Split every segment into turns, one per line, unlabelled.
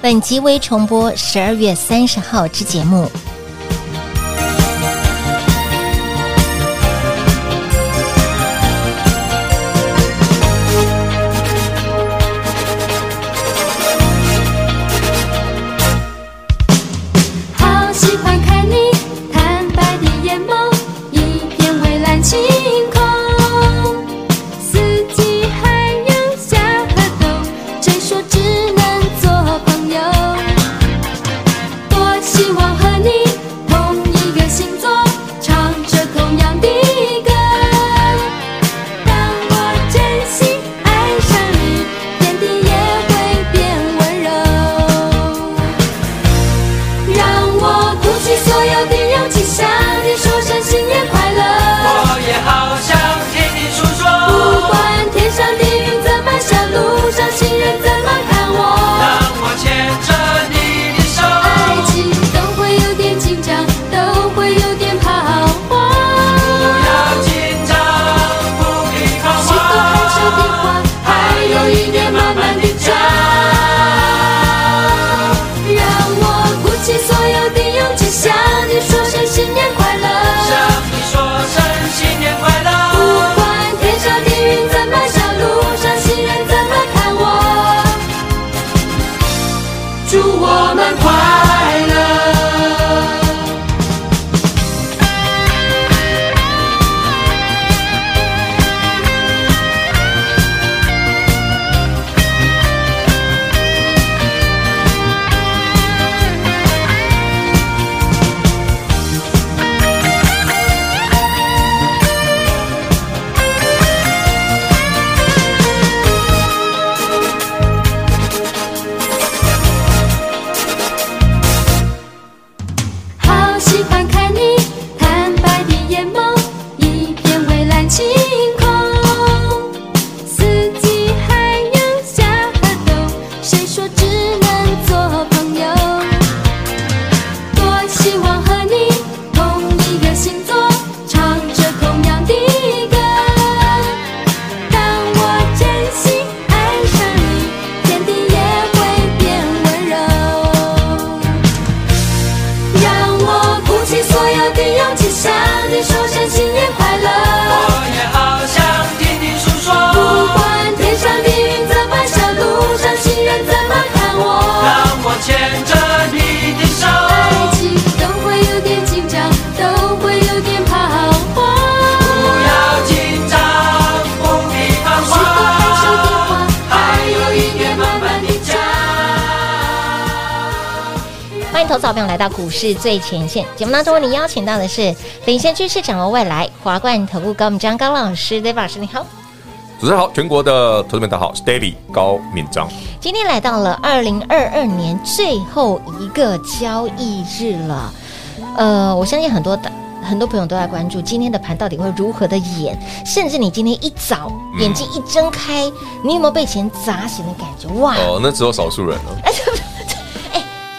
本集为重播十二月三十号之节目。
好喜欢看你坦白的眼眸，一片蔚蓝晴空。四季还有夏和冬，谁说只能做朋友？多希望和你同一个星座，唱着同样的歌。当我真心爱上你，天地也会变温柔。让我鼓起所有的勇气，向你说声新年快乐。
我也好想听你诉
不
说，
管天上的云怎么下，路上行人怎么看
让
我，
我牵着你的手，
爱情都会有点紧张，都会有点彷
不
徨。
要紧张，不必彷
许多害羞的话
徨，，
还有一年慢慢的长。让我鼓起所有的勇气，向你说声新年快乐。
向你说声新年快
不
乐。
管天上的云怎么笑，路上行人怎么看我，
祝我们快乐。
好喜欢看你坦白的眼眸，一片蔚蓝晴空。四季还有夏和冬，谁说只能做朋友？多希望和你同一个星座，唱着同样的歌。当我真心爱上你，天地也会变温柔。让我鼓起所有的勇气，向你说声新年快乐。
我也好想听你诉说，
不管天上的云怎么笑，路上行人怎么看我，
让我牵着你的手，
爱情都会有点紧张，都会有点彷
不
徨。
要紧张，不必彷
许多害羞的话
徨，，
还有一年慢慢的长。
欢迎投资者朋友来到股市最前线节目当中，为您邀请到的是领先趋势、掌握未来华冠投顾高敏章高老师，David 老师，你好。
主持人好，全国的同志们大家好，是 David 高敏章。
今天来到了二零二二年最后一个交易日了，呃，我相信很多的很多朋友都在关注今天的盘到底会如何的演，甚至你今天一早
嗯
眼睛一睁开，你有没有被钱砸醒的感觉？哇！
哦，那只有少数人了。
哎，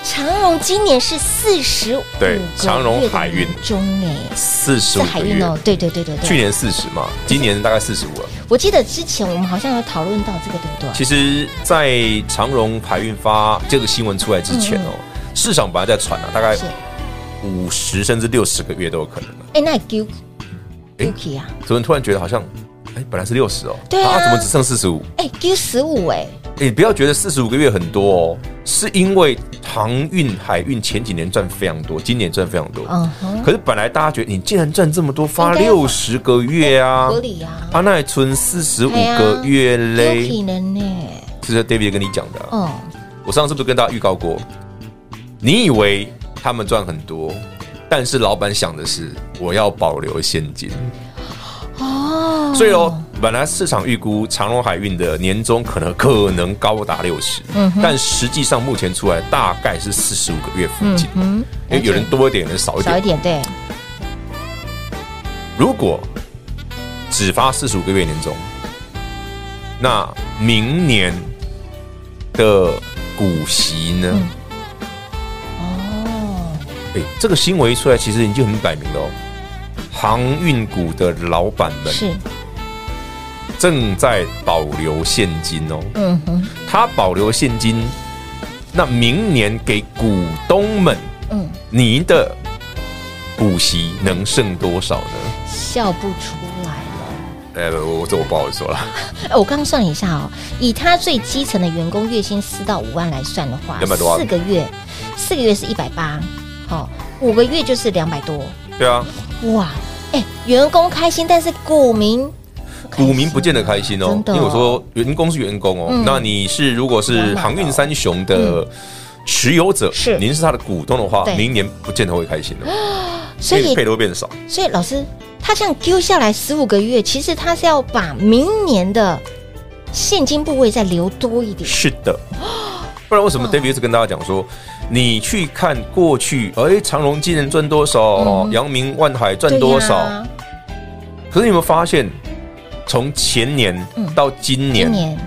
长荣今年是四十五
对长荣海运
中哎，
四十
是
五
海
个
运
月，
哦，对对对对对。
去年四十嘛，今年大概四十五了。
我记得之前我们好像有讨论到这个，对不对？
其实，在长荣海运发这个新闻出来之前哦，市场本来在传啊，大概
嗯是
五十甚至六十个月都有可能的。
哎，那 Q
哎
Q K 啊，
昨天突然觉得好像，哎，本来是六十哦，
对啊
怎么只剩四十五？
哎 Q 十五哎，
你不要觉得四十五个月很多哦，是因为航运、海运前几年赚非常多，今年赚非常多。
嗯哼，
可是本来大家觉得你竟然赚这么多，发
应该
六十个月啊
合，理啊。
阿奈存四十五
对啊
个月嘞，
有可能呢、
这是 David 跟你讲的啊、
哦，
我上次不是跟大家预告过，你以为他们赚很多，但是老板想的是我要保留现金，
哦，
所以哦，本来市场预估长荣海运的年终可能可能高达六十，
嗯
但实际上目前出来大概是四十五个月附近，
嗯，
因为有人多一点，有人少一
哦少一
点。
点，对，
如果只发四十五个月年终，那明年的股息呢？
嗯哦，
哎、这个新闻一出来，其实已经很摆明了、哦，航运股的老板们
是，
正在保留现金哦。
嗯哼，
他保留现金，那明年给股东们，
嗯，
你的股息能剩多少呢？
笑不出来了。
呃，我这我不好说了，
呃我刚刚算了一下哦，以他最基层的员工月薪四到五万来算的话，
200多万
四个月，四个月是一百八，好，五个月就是两百多，
对啊，
哇，哎，员工开心，但是股民开心啊，
股民不见得开心哦
真，的
因为我说员工是员工哦，
嗯
那你是如果是航运三雄的持有者，
是
您是他的股东的话
对，
明年不见得会开心哦，
所
因为
以
配都变少，
所以老师他这样丢下来十五个月，其实他是要把明年的现金部位再留多一点，
是 的。不然为什么 David 一直跟大家讲说，你去看过去，哎，长荣今年赚多少，阳明万海赚多
嗯对
少？
呀
可是你有没有发现，从前年到今
嗯今
年、
年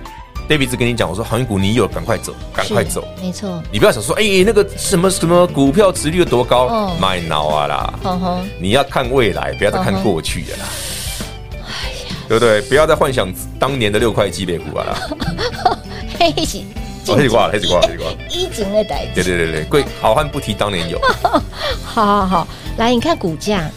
d a v i d 一直跟你讲，我说航运股你有，赶快走，赶快
是
走。，
没错，
你不要想说，哎、那个什么什么股票值率有多高
哦，
卖脑啊啦！
哼 哼。
你要看未来，不要再看
嗯哼
过去啊的啦。
嗯哎
对不对？不要再幻想当年的六块鸡肋股 啊啦！
黑是
哦，黑子挂了，黑子挂了，黑子挂了。
一景的代
对对对对，贵好汉不提当年勇，
好好好，来你看股价，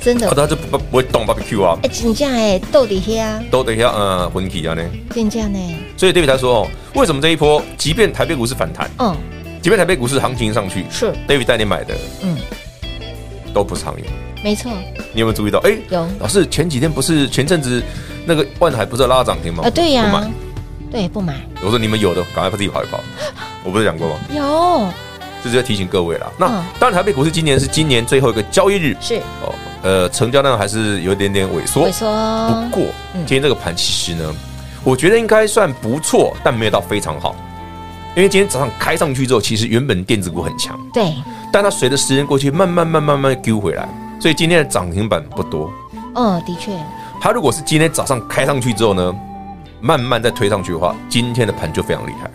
真的
哦，，他就不不会动 BBQ 啊，
哎，金价哎，豆底黑啊，
都等一下，嗯，混体啊呢。
金价呢，
所以 David 他说哦，为什么这一波，即便台北股市反弹，
嗯，
即便台北股市行情上去，
是，
David 带你买的，
嗯
嗯，都不是航运。
没错，
你有没有注意到？哎、
有
老师前几天不是前阵子那个万海不是有拉涨停吗？
啊，对
哦不
呀
买，
对，不买，
我说你们有的，赶快把自己跑一 跑。我不是讲过吗？哦
有
这是要提醒各位啦。那、
嗯
当然，台北股市今年是今年最后一个交易日
是
哦，呃，成交量还是有一点点萎缩
萎。缩
不，过、
嗯
今天这个盘其实呢，我觉得应该算不错，但没有到非常好。因为今天早上开上去之后，其实原本电子股很强，
对，
但它随着时间过去，慢慢慢慢慢慢丢回来，所以今天的涨停板不多。
嗯，的确，
它如果是今天早上开上去之后呢，慢慢再推上去的话，今天的盘就非常厉害，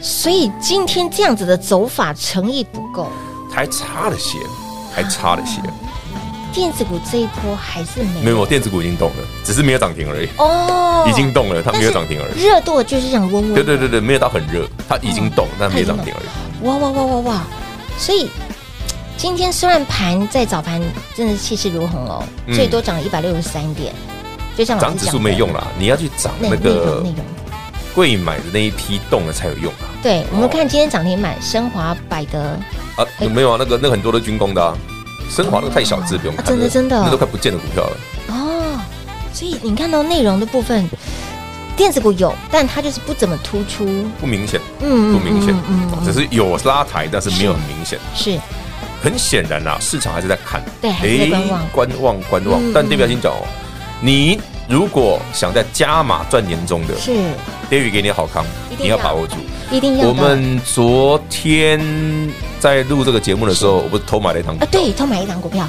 所以今天这样子的走法诚意不够，
还差了些，还差了些。
电子股这一波还是没
没有，电子股已经动了，只是没有涨停而已，
哦，
已经动了，它
但
没
是
有涨停而已。
热度就是这样温温，
对对对对，没有到很热，它已经动，但没有涨停而已。
哇哇哇哇哇！所以今天虽然盘在早盘真的气势如虹哦，
嗯
最多涨了一百六十三点，就像老师
涨
啊
指
讲
数
的
没用，啦，你要去涨
那
那
内容
个
内容。
贵买的那一批动了才有用啊。
对，我们
哦
看今天涨停板，升华、百德，
啊，
哎
没有啊，那个那个很多都军工的啊，升华那个太小只，不用看
啊
了，
真的真的
那都快不见的股票了。
哦，所以你看到内容的部分，电子股有，但它就是不怎么突出，
不明显，
嗯
不明显，哦
嗯嗯
只是有拉抬，但是没有很明显。
是
很显然啦、市场还是在看，
对还是在观望
诶观望，观望
嗯
但 David 要先讲哦，你如果想在加码赚年终的
是，
，David 给你好康
一，定
你
要
要把握住。
一定要的
我们昨天在录这个节目的时候，我不是偷买了一档股
啊，
票，
对，他买一档股票，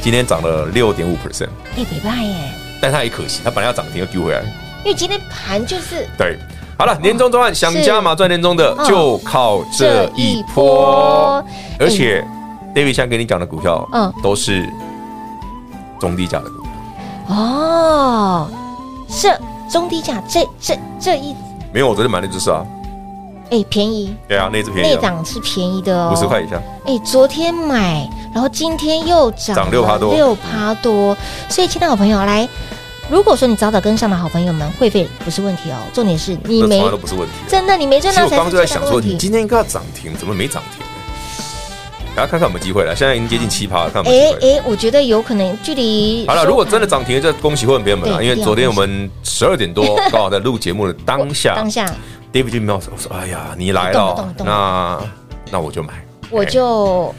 今天涨了六点五 percent，
哎，礼拜耶，
但它也可惜，它本来要涨停又丢回来。
因为今天盘就是
对，好了，年终专案想加码赚年终的
嗯，
就靠这一波。，而且 David 现在跟你讲的股票，
嗯
嗯，都是中低价的股票。
哦，这中低价这这这一
没有，我昨天买那只是啊，
哎便宜，
对啊，那只便宜
内
啊，
档是便宜的哦，
五十块以下，
哎，昨天买，然后今天又涨
涨6%多
六趴多，所以亲爱的好朋友来。如果说你早早跟上的好朋友们，会费不是问题哦，重点是你
那
没
从来都不是问题。
真的你没赚
其实
到
我
才
刚刚
是
就在
最大
想
的
说，
问
你
题。
今天应该要涨停，怎么没涨停呢？然后看看有没有机会了，现在已经接近七趴了，看有没有
哎
机会。
哎，我觉得有可能距离
好了，
收
如果
盘
真的涨停，就恭喜会员朋友们了，啊
哎对
因为
一定要
昨天我
恭喜
们十二 点多刚好在录节目的当下，
当下
David 就瞄我说：“哎呀，你来
动
了
了，动
那那我就买，
我就
哎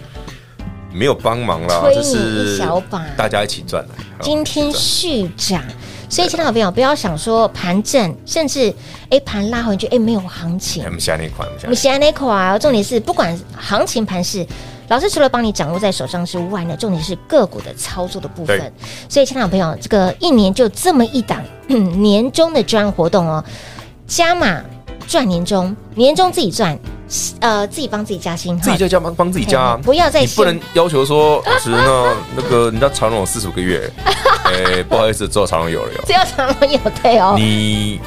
没有帮忙啦，
推
这
你一
是
小把
大家一起赚的。啊
今天
是
续涨，所以，亲爱的朋友，不要想说盘正，甚至哎盘拉回去，哎没有行情
我，们下那一款，我
我
们下
们现在那块啊，重点是不管行情盘势，老师除了帮你掌握在手上之外呢，重点是个股的操作的部分
对。
所以，亲爱的朋友，这个一年就这么一档年终的专案活动哦，加码赚年终，年终自己赚，呃，自己帮自己加薪哈
自己在家帮帮自己家啊
嘿，哎不要再
你不
限
能要求说老师那那个人家长荣有四十五 个月，哎，不好意思，只有长荣有了哟。
只要长隆有对哦。
你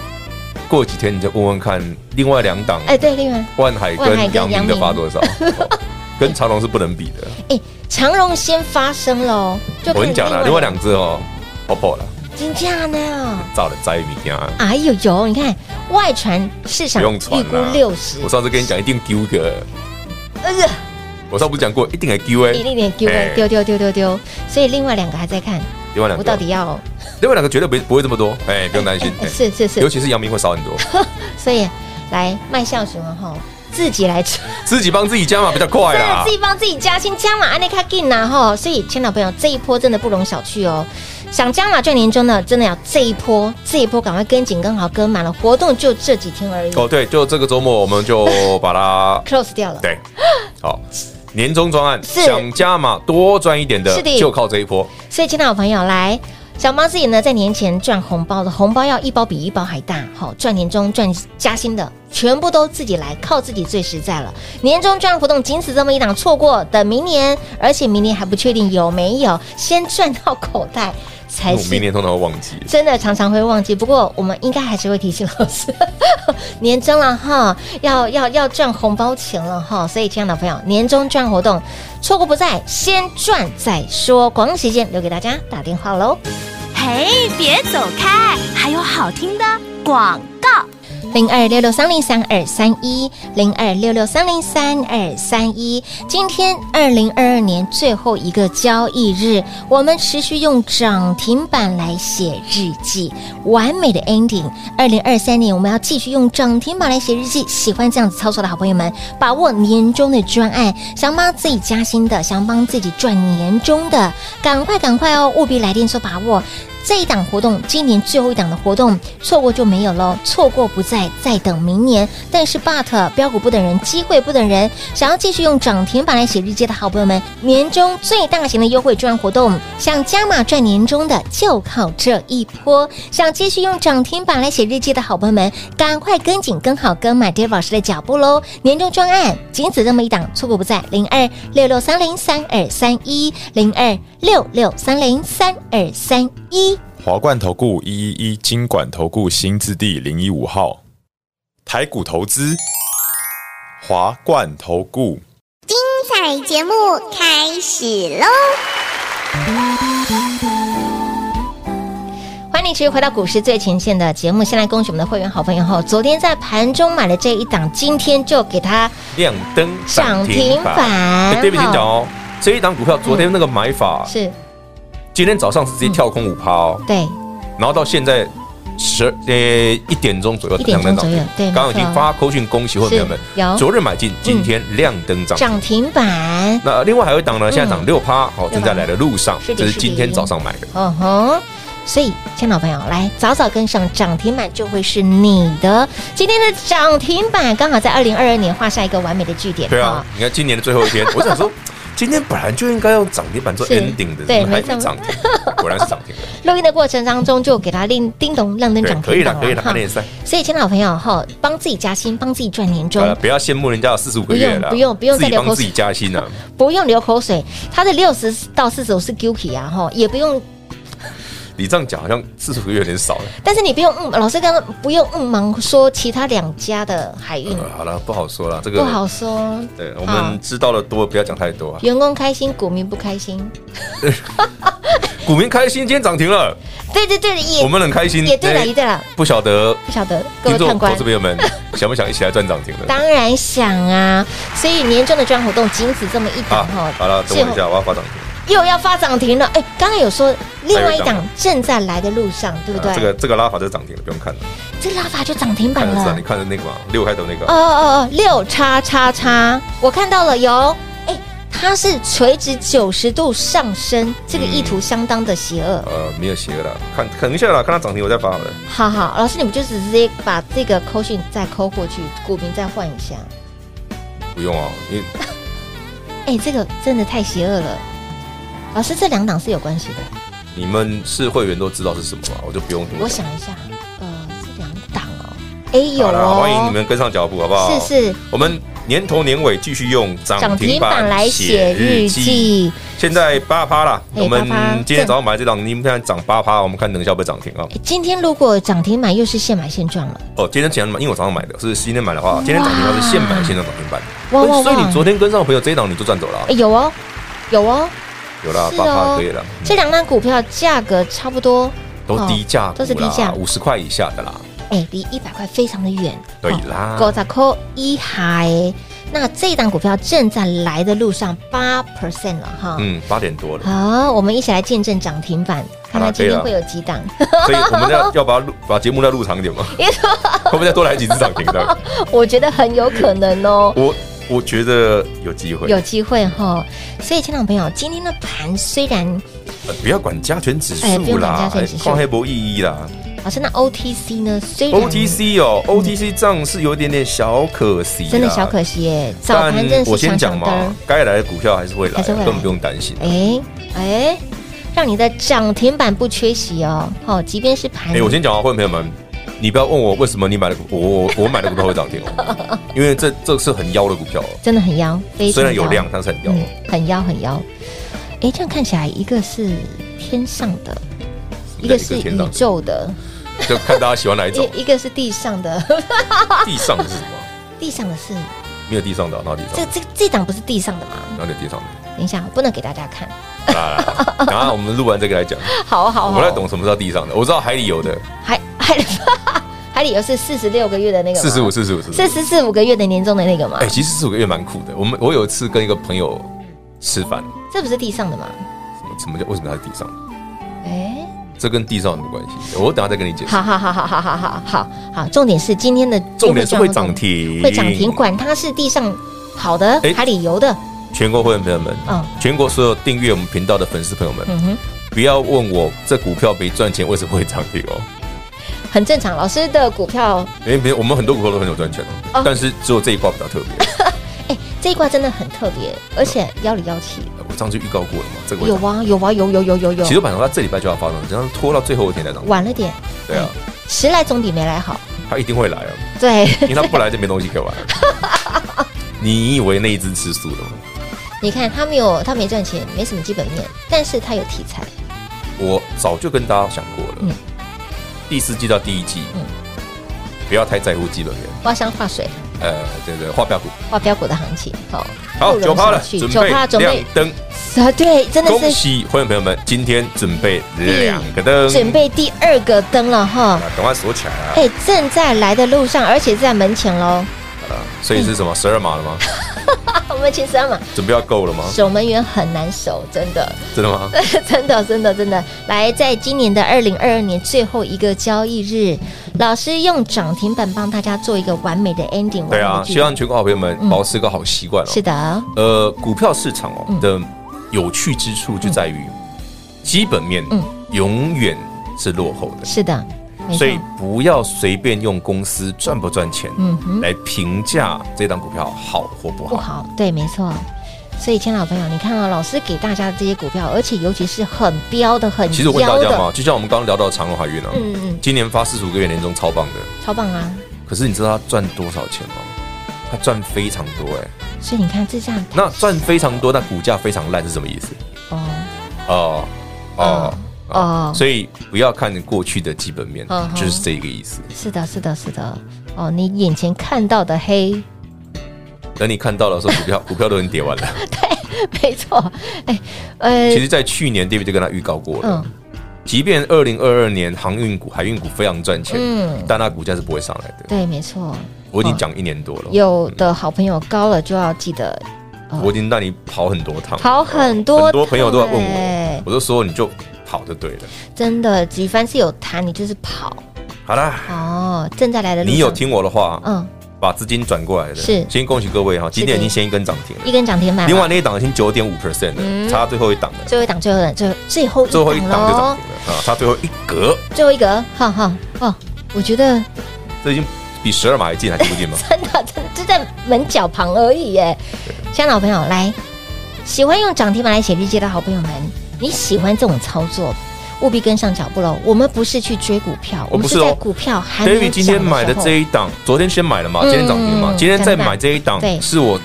过几天你再问问看，另外两档
哎，对，另外，
万海
万海跟
跟阳明的
阳
发
明
多少？哦跟长隆是不能比的。
哎，长荣先发生喽，就
我跟你讲了，
了，
另外两只哦，OPPO 了，
金价呢？
造了灾民啊！
哎呦呦，你看外传市场
不
预
用传
估
啦
六十，呃
我上次跟你讲，一定丢一个。我上次不是讲过，一定还丢哎
一。粒点丢
哎
丢丢丢丢丢，所以另外两个还在看，
另外两
我
个
到，底要
另外两个绝对不不会这么多，哎，不用担心。
哎
哎
是是
尤
是，
其是阳明会少 很多，
所以来卖笑什么吼，自己来吃，
自己帮自己加嘛比较快啦
啊自。己帮自己加薪加码安内卡进呐吼，所以亲老朋友这一波真的不容小觑哦。想加码赚年终的，真的要这一波，这一波赶快跟紧跟好跟满了，活动就这几天而已
哦，对，就这个周末我们就把它
，close 掉了。
对，好，年终专案
是
想加码多赚一点的
是的，
就靠这一波。
所以，亲爱的朋友，来想帮自己呢，在年前赚红包的红包要一包比一包还大，好、赚年终赚加薪的，全部都自己来，靠自己最实在了。年终赚活动仅此这么一档，错过等明年，而且明年还不确定有没有，先赚到口袋才
因为我
是
嗯明年通常会忘记，
真的常常会忘记，不过我们应该还是会提醒老师， 年终了哈，要要要赚红包钱了哈，所以亲爱的朋友，年终赚活动错过不在，先赚再说。广告时间留给大家打电话喽。
嘿，别走开，还有好听的广告。
零二六六三零三二三一，零二六六三零三二三一。今天二零二二年最后一个交易日，我们持续用涨停板来写日记，完美的 ending。二零二三年我们要继续用涨停板来写日记。喜欢这样子操作的好朋友们，把握年终的专案，想帮自己加薪的，想帮自己赚年终的，赶快赶快哦，务必来电说把握。这一档活动，今年最后一档的活动，错过就没有喽，错过不再，再等明年。但是，but 标股不等人，机会不等人，想要继续用涨停板来写日记的好朋友们，年终最大型的优惠赚活动，想加码赚年终的就靠这一波。想继续用涨停板来写日记的好朋友们，赶快跟紧、跟好、跟满 Dave 老师的脚步喽！年终专案仅此这么一档，错过不再。零二六六三零三二三一，零二六六三零三二三一。
华冠投顾一一一金管投顾新字第零一五号，台股投资，华冠投顾。
彩节目开始喽！
欢迎你持续回到股市最前线的节目。先来恭喜我们的会员好朋友哈，昨天在盘中买了这一档，今天就给它
亮灯
涨
涨停
停板
板。对不起，
好
讲哦，这一档股票昨天那个买法，
是
今天早上是直接跳空五趴哦，
对
然后到现在十呃一点钟左右，
一点钟左右
亮
对
灯刚刚已
没
经
错
发扣讯恭喜会
是
员们，
有嗯
昨日买进，今天亮灯涨停。
涨嗯停板，
那另外还有一档呢，现在涨六趴，哦，
对吧
正在来的路上，
是的
这
是
是
的
今天早上买的。
哦吼！所以，亲爱的朋友，来早早跟上涨停板就会是你的。今天的涨停板刚好在二零二二年画下一个完美的句点。
对
哈
啊，你看今年的最后一天，我想说，今天本来就应该用涨停板做
是
ending 的，
对
怎么
没
还
错
没涨停，果然是涨 停的，
录音的过程当中就给它叮叮咚亮灯
对
涨，
可以
停
了
板，啊
可以了，
哈
看联赛，
所以，亲爱的朋友哈，帮自己加薪，帮自己赚年终
好，了，不要羡慕人家有四十五个月了，
不用不用不用
自
再
己
流口
帮自己
水
加薪啊了，
不用流口水。它的六十到四十五是 Guki 啊哈，也不用
你这样讲好像四十五个月有点少了，
但是你不用嗯，老师刚刚不用嗯忙说其他两家的海运、
呃好了，不好说了，这
嗯不
个
好说，
对我
啊
们知道的多，不要讲太多啊。
员工开心，股民不开心。
股民开心，今天涨停了，
对对对，也
我们很开心，
也对了，
哎
也对了，
不晓得
不晓得各
听
位
众
看
投
官
资。朋 友们想不想一起来赚涨停的？
当然想啊，所以年终的专案活动仅此这么一档
啊
哈、，
好了，等
最
我
后
一下，我要发涨停。
又要发涨停了。哎，刚刚有说另外一
还有一
档
档
正在来的路上，对不对？
啊这个这个拉法就涨停了，不用看了，
这拉法就涨停板
看得知道。
了
你。看的那个嘛，六开头那个
嗯哦
啊，
哦哦，六叉叉叉，我看到了有。哎，它是垂直九十度上升，这个意
嗯
图相当的邪恶。
呃，没有邪恶了，看等一下啦，看它涨停我再发好了。
好好，老师，你们就直接把这个扣讯再扣过去，股民再换一下。
不用啊，因为
哎，这个真的太邪恶了。老师，这两档是有关系的。
你们是会员都知道是什么嘛，我就不用多
我
讲
想一下，呃，这两档哦，哎有
好啦
哦，
欢迎你们跟上脚步，好不好？
是是，
我们年头年尾继续用涨
涨
停
停
板
板来
来
写
写
日
日记。
记。
现在八趴啦，
哎
我们
8%
今天早上买这档，你们看涨八趴，我们看等一下会不会涨停啊？
哎今天如果涨停板又是现买现赚了，
哦，今天前买，因为我早上买的是今天买的话，今天涨停它是现买现在涨停板。哦
哇哇
所以你
哇！
昨天跟上的朋友这一档你就赚走了啊
哎，有哦，有哦，
有啦，
是
八趴
哦
可以了，
这两档股票价格差不多，
都低价股啦，
哦都是低价
五十块以下的啦。
哎，离一百块非常的远。
对啦
狗仔扣一海。那这档股票正在来的路上，八 percent 了哈。
嗯，八点多了，
好，我们一起来见证涨停板，看
好
看
啦
今
可以
天
啦
会有几档。
所以我们 要要把它录把节目再录长一点嘛， 会不会再多来几次涨停 的？
我觉得很有可能哦。
我我觉得有机 会，
有机会哈，所以，亲爱的朋友，今天的盘虽然
呃不要管加权指
哎不
数
用管
啦
加，权指数哎
看黑博意义啦。
老师那 OTC 呢，虽然
OTC 哦，OTC 账是有点点小可惜
嗯
啦，
真的小可惜耶，早
啊但
盘真的
我
是
先
强
讲
强的
嘛
儿，，
该来的股票还是会来
还
啊，
是会来
根本不用担心。
哎哎，让你的涨停板不缺席哦。好，即便是盘，
哎，我先讲啊，会员朋友们，你不要问我为什么你买的股，我我我买的股票会涨停 哦，因为这这是很妖的股票哦，
真的很妖，非常
虽然有
妖
量，，但是很妖哦
嗯。，很妖很妖。哎，这样看起来，一个是天上的，一个是宇宙的，
就看大家喜欢哪一种。
一一个是地上的，
地上的是什么？
地上的是
没有地上的，哪有地上
这
的？
这这档不是地上的吗？
哪有地上的？
等一下，不能给大家看。
来来来，等下我们录完这个来讲。
好好
我
好，
不太懂什么叫地上的，我知道海里有的，
海海 海里游是四十六个月的那个，
四十五、，四十五、四
是
十五。
四十五个月的年终的那个吗
哎，？其实四五个月蛮苦的。我们我有一次跟一个朋友吃饭，
这不是地上的吗？
什么叫为什么它是地上？
哎，
这跟地上有什么关系？我等下再跟你解释。
好好好好好好好好好，重点是今天的
重点是会涨
今天
停，
的状况会涨停，管它是地上跑的
哎、
海里游的，
全国会员朋友们，
嗯
全国所有订阅我们频道的粉丝朋友们，
嗯哼，
不要问我这股票没赚钱为什么会涨停哦，
很正常。老师的股票，
因为别我们很多股票都很有赚钱哦
哦，
但是只有这一卦比较特别。
哎，这一卦真的很特别，而且妖里妖气。
我上次预告过了嘛，这个会
有
涨。
啊有啊有有有有
其实
有，
板头它这礼拜就要发动，只要拖到最后一天才涨。
晚了点，
对啊，
迟来总比没来好。
它一定会 来啊，
对，
因为它不来就没东西可以玩。 你以为那一只吃素的吗？
你看他没有，他没赚钱，没什么基本面，但是他有题材。
我早就跟大家讲过
嗯
了，第四季到第一季
嗯，
不要太在乎基本面，
花香化水，
呃，对对，画标股。
化标股的行情，好，
好，
不容
九趴了，
小觑
准
九趴
备
准
亮
备
灯，
啊，对，真的
恭
是
喜会员朋友们，今天准备两个灯，
嗯准备第二个灯了哈
啊，，赶快锁起来啊！
哎，正在来的路上，而且在门前喽。
所以是什么十二码了吗？
我们前三嘛，
准备要够了吗？
守门员很难守，真的，
真的吗？
真的，真的，真的。来，在今年的二零二二年最后一个交易日，老师用涨停板帮大家做一个完美的 ending，完美
对啊，
的句
希望全国好朋友们
嗯
保持一个好习惯哦。
是的，
呃，股票市场哦
嗯
的有趣之处就在于基本面
嗯
永远是落后的。
是的，没
所
错，
以不要随便用公司赚不赚钱
嗯哼
来评价这档股票好或不
不
好。
好，对，没错。所以，亲爱的朋友，你看啊、老师给大家的这些股票，而且尤其是很标的、很
其实我问大
妖
家
的，
嘛，就像我们刚刚聊到的长荣海运啊，
嗯嗯，
今年发四十五个月年终超棒的，
超棒啊！
可是你知道他赚多少钱吗？他赚非常多哎、
所以你看，这下
那赚非常多，那股价非常烂是什么意思？
哦，
哦哦
哦
哦，所以不要看过去的基本面
嗯，哼
就是这个意思。
是的，是的，是的，哦，你眼前看到的黑，
等你看到的时候，股票股票都已经跌完了。
哎没错，哎，呃
其，实，在去年 David 就跟他预告过了
嗯，
即便二零二二年航运股、海运股非常赚钱
嗯，
但那股价是不会上来的。
对，没错，
我已经讲一年多了，
有的好朋友高了就要记得
我已经让你跑很多趟，
跑很多趟
很多朋友都在问我
哎，
我就说你就跑就对了。
真的，举凡是有谈，你就是跑
好啦，
哦。正在来的路上，
你有听我的话，
嗯，
把资金转过来的，
是
先恭喜各位哈，今
是
天已
的
经先一根涨停了
一，根涨停板，
另外那一档已经九点五 percent
嗯
了，差最后一档了，
最后一档，最后一档，最后最后
最后一
一
档
档
就
喽
涨，停了啊，差最后一格，
最后一格，哈哈哦，我觉得
这已经比十二码还近，还近不近吗？
真的真的就在门脚旁而已耶。亲爱的好朋友，来，喜欢用涨停板来写日记的好朋友们，你喜欢这种操作？务必跟上脚步喽！我们不是去追股票，我
我
们
不
是
是
在
哦
股票还没有
David 今天
涨
买的
时候
这一档，昨天先买了嘛，今天涨停嘛
嗯，
今天再
涨
买
停
这一档
对，
是我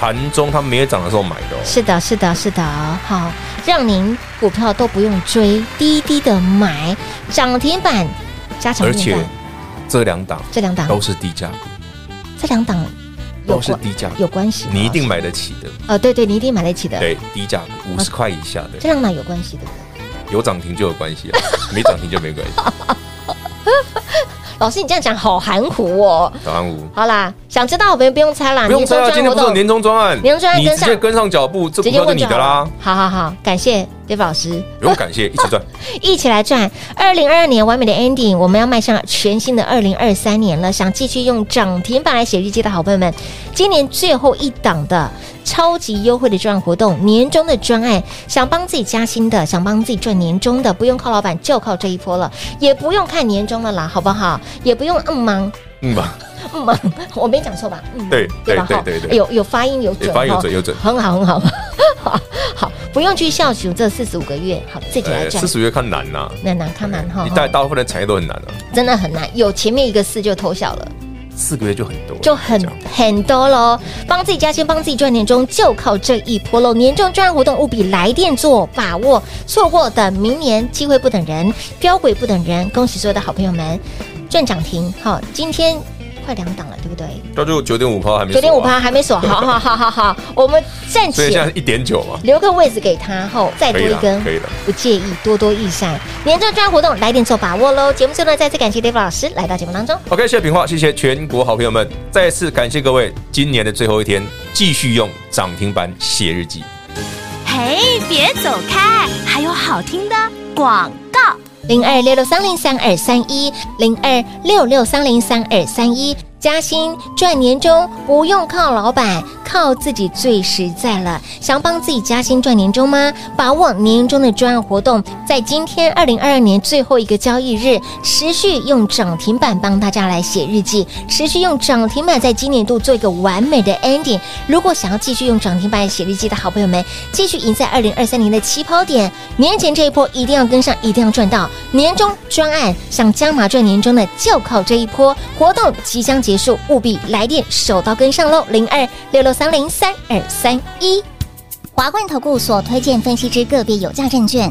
盘中它没有涨的时候买的哦。
是的，是的，是的，好，让您股票都不用追，低低的买涨停板、加长
而
面
且
板
这两档
这两档，
都是低价股，
这两档有
都是
关
低价股，
有关系，
你一定买得起的。
呃，对对，你一定买得起的，
对，低价股五十块以下
这
的，
两档有关系的。
有涨停就有关 系啊，没涨停就没关系。
老师，你这样讲好含糊哦。
早安五，
好啦，想知道我们不用猜啦，
不用猜啊，今
年
天
终专
不是有
案活
年
动
终专案，
年终专案
你
跟上
直接跟上脚步，这股票就你的啦
了，。好好好，感谢 Dave 老师，呃
不用感谢，一起赚。
一起来赚二零二二年完美的 ending，我们要迈向全新的二零二三年了。想继续用涨停板来写日记的好朋友们，今年最后一档的超级优惠的专案活动，年终的专案，想帮自己加薪的，想帮自己赚年终的，不用靠老板，就靠这一波了，也不用看年终了啦，好不好？也不用嗯忙
嗯 吧，
嗯忙，我没讲错吧？嗯，
对
对
对
吧？
对
哈
对对，
有有发音有准哦，
对哎发音有准有准
很好很好， 好，不用去笑数这四十五个月，好，自己来
哎，
赚
四。十月看难呐，
那难看难哈
你，大大部分的产业都很难啊，
真的很难，有前面一个四就偷笑了，
四个月就很多，
就很
这样
很多喽。帮自己加薪，帮自己赚年终，就靠这一波喽。年终专案活动务必来电做把握，错过的明年机会不等人，标轨不等人。恭喜所有的好朋友们，赚涨停！好，今天快两档了，对不对？
到最后九点五趴还没
九
锁啊
点五趴，还没锁，好好好好好，我们暂
所以现
且
在一点九嘛，
留个位置给他，后再多
可以
一
了
根，
可以了
不介意，多多益善。年终专案活动来点做把握喽！节目最后呢，再次感谢 David 老师来到节目当中。
OK，谢谢平话，谢谢全国好朋友们，再次感谢各位，今年的最后一天，继续用涨停板写日记。
嘿，别走开，还有好听的广告。
零二六六三零三二三一，零二六六三零三二三一。加薪赚年终，不用靠老板，靠自己最实在了。想帮自己加薪赚年终吗？把握年终的专案活动，在今天二零二二年最后一个交易日，持续用涨停板帮大家来写日记，持续用涨停板在今年度做一个完美的 ending。如果想要继续用涨停板写日记的好朋友们，继续赢在二零二三年的起跑点。年前这一波一定要跟上，一定要赚到。年终专案想加码赚年终的，就靠这一波。活动即将结束，务必来电手到跟上喽！零二六六三零三二三一。
华冠投顾所推荐分析之个别有价证券，